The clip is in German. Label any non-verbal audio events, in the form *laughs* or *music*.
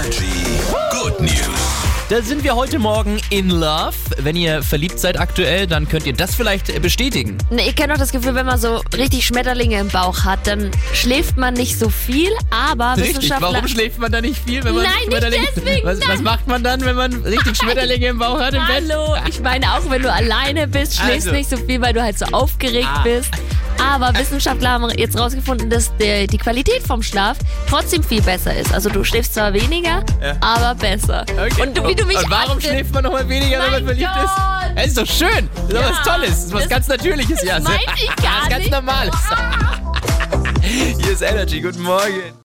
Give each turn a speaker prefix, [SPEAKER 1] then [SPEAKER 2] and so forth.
[SPEAKER 1] Energy. Good News.
[SPEAKER 2] Da sind wir heute Morgen in Love. Wenn ihr verliebt seid aktuell, dann könnt ihr das vielleicht äh, bestätigen.
[SPEAKER 3] Ne, Ich kenne auch das Gefühl, wenn man so richtig Schmetterlinge im Bauch hat, dann schläft man nicht so viel, aber Wissenschaftler.
[SPEAKER 2] Warum schläft man da nicht viel, wenn man
[SPEAKER 3] Nein, nicht
[SPEAKER 2] Schmetterlinge-
[SPEAKER 3] deswegen,
[SPEAKER 2] Was, was
[SPEAKER 3] nein.
[SPEAKER 2] macht man dann, wenn man richtig Schmetterlinge im Bauch hat im Bett?
[SPEAKER 3] Hallo, ich meine auch, wenn du alleine bist, schläfst
[SPEAKER 2] Also.
[SPEAKER 3] nicht so viel, weil du halt so aufgeregt
[SPEAKER 2] Ah.
[SPEAKER 3] bist. Aber Wissenschaftler haben jetzt rausgefunden, dass der, die Qualität vom Schlaf trotzdem viel besser ist. Also du schläfst zwar weniger, aber besser.
[SPEAKER 2] Okay.
[SPEAKER 3] Und du, wie du mich
[SPEAKER 2] Und warum
[SPEAKER 3] anst-
[SPEAKER 2] schläft man nochmal weniger, wenn man
[SPEAKER 3] Mein
[SPEAKER 2] verliebt
[SPEAKER 3] Gott.
[SPEAKER 2] ist? Es ist doch schön. Das ist doch
[SPEAKER 3] Ja,
[SPEAKER 2] was Tolles. Das ist was
[SPEAKER 3] das-
[SPEAKER 2] ganz Natürliches. Das ja. *laughs*
[SPEAKER 3] meinte ich gar *laughs*
[SPEAKER 2] Das ist ganz
[SPEAKER 3] nicht.
[SPEAKER 2] Normales. Hier ist Energy. Guten Morgen.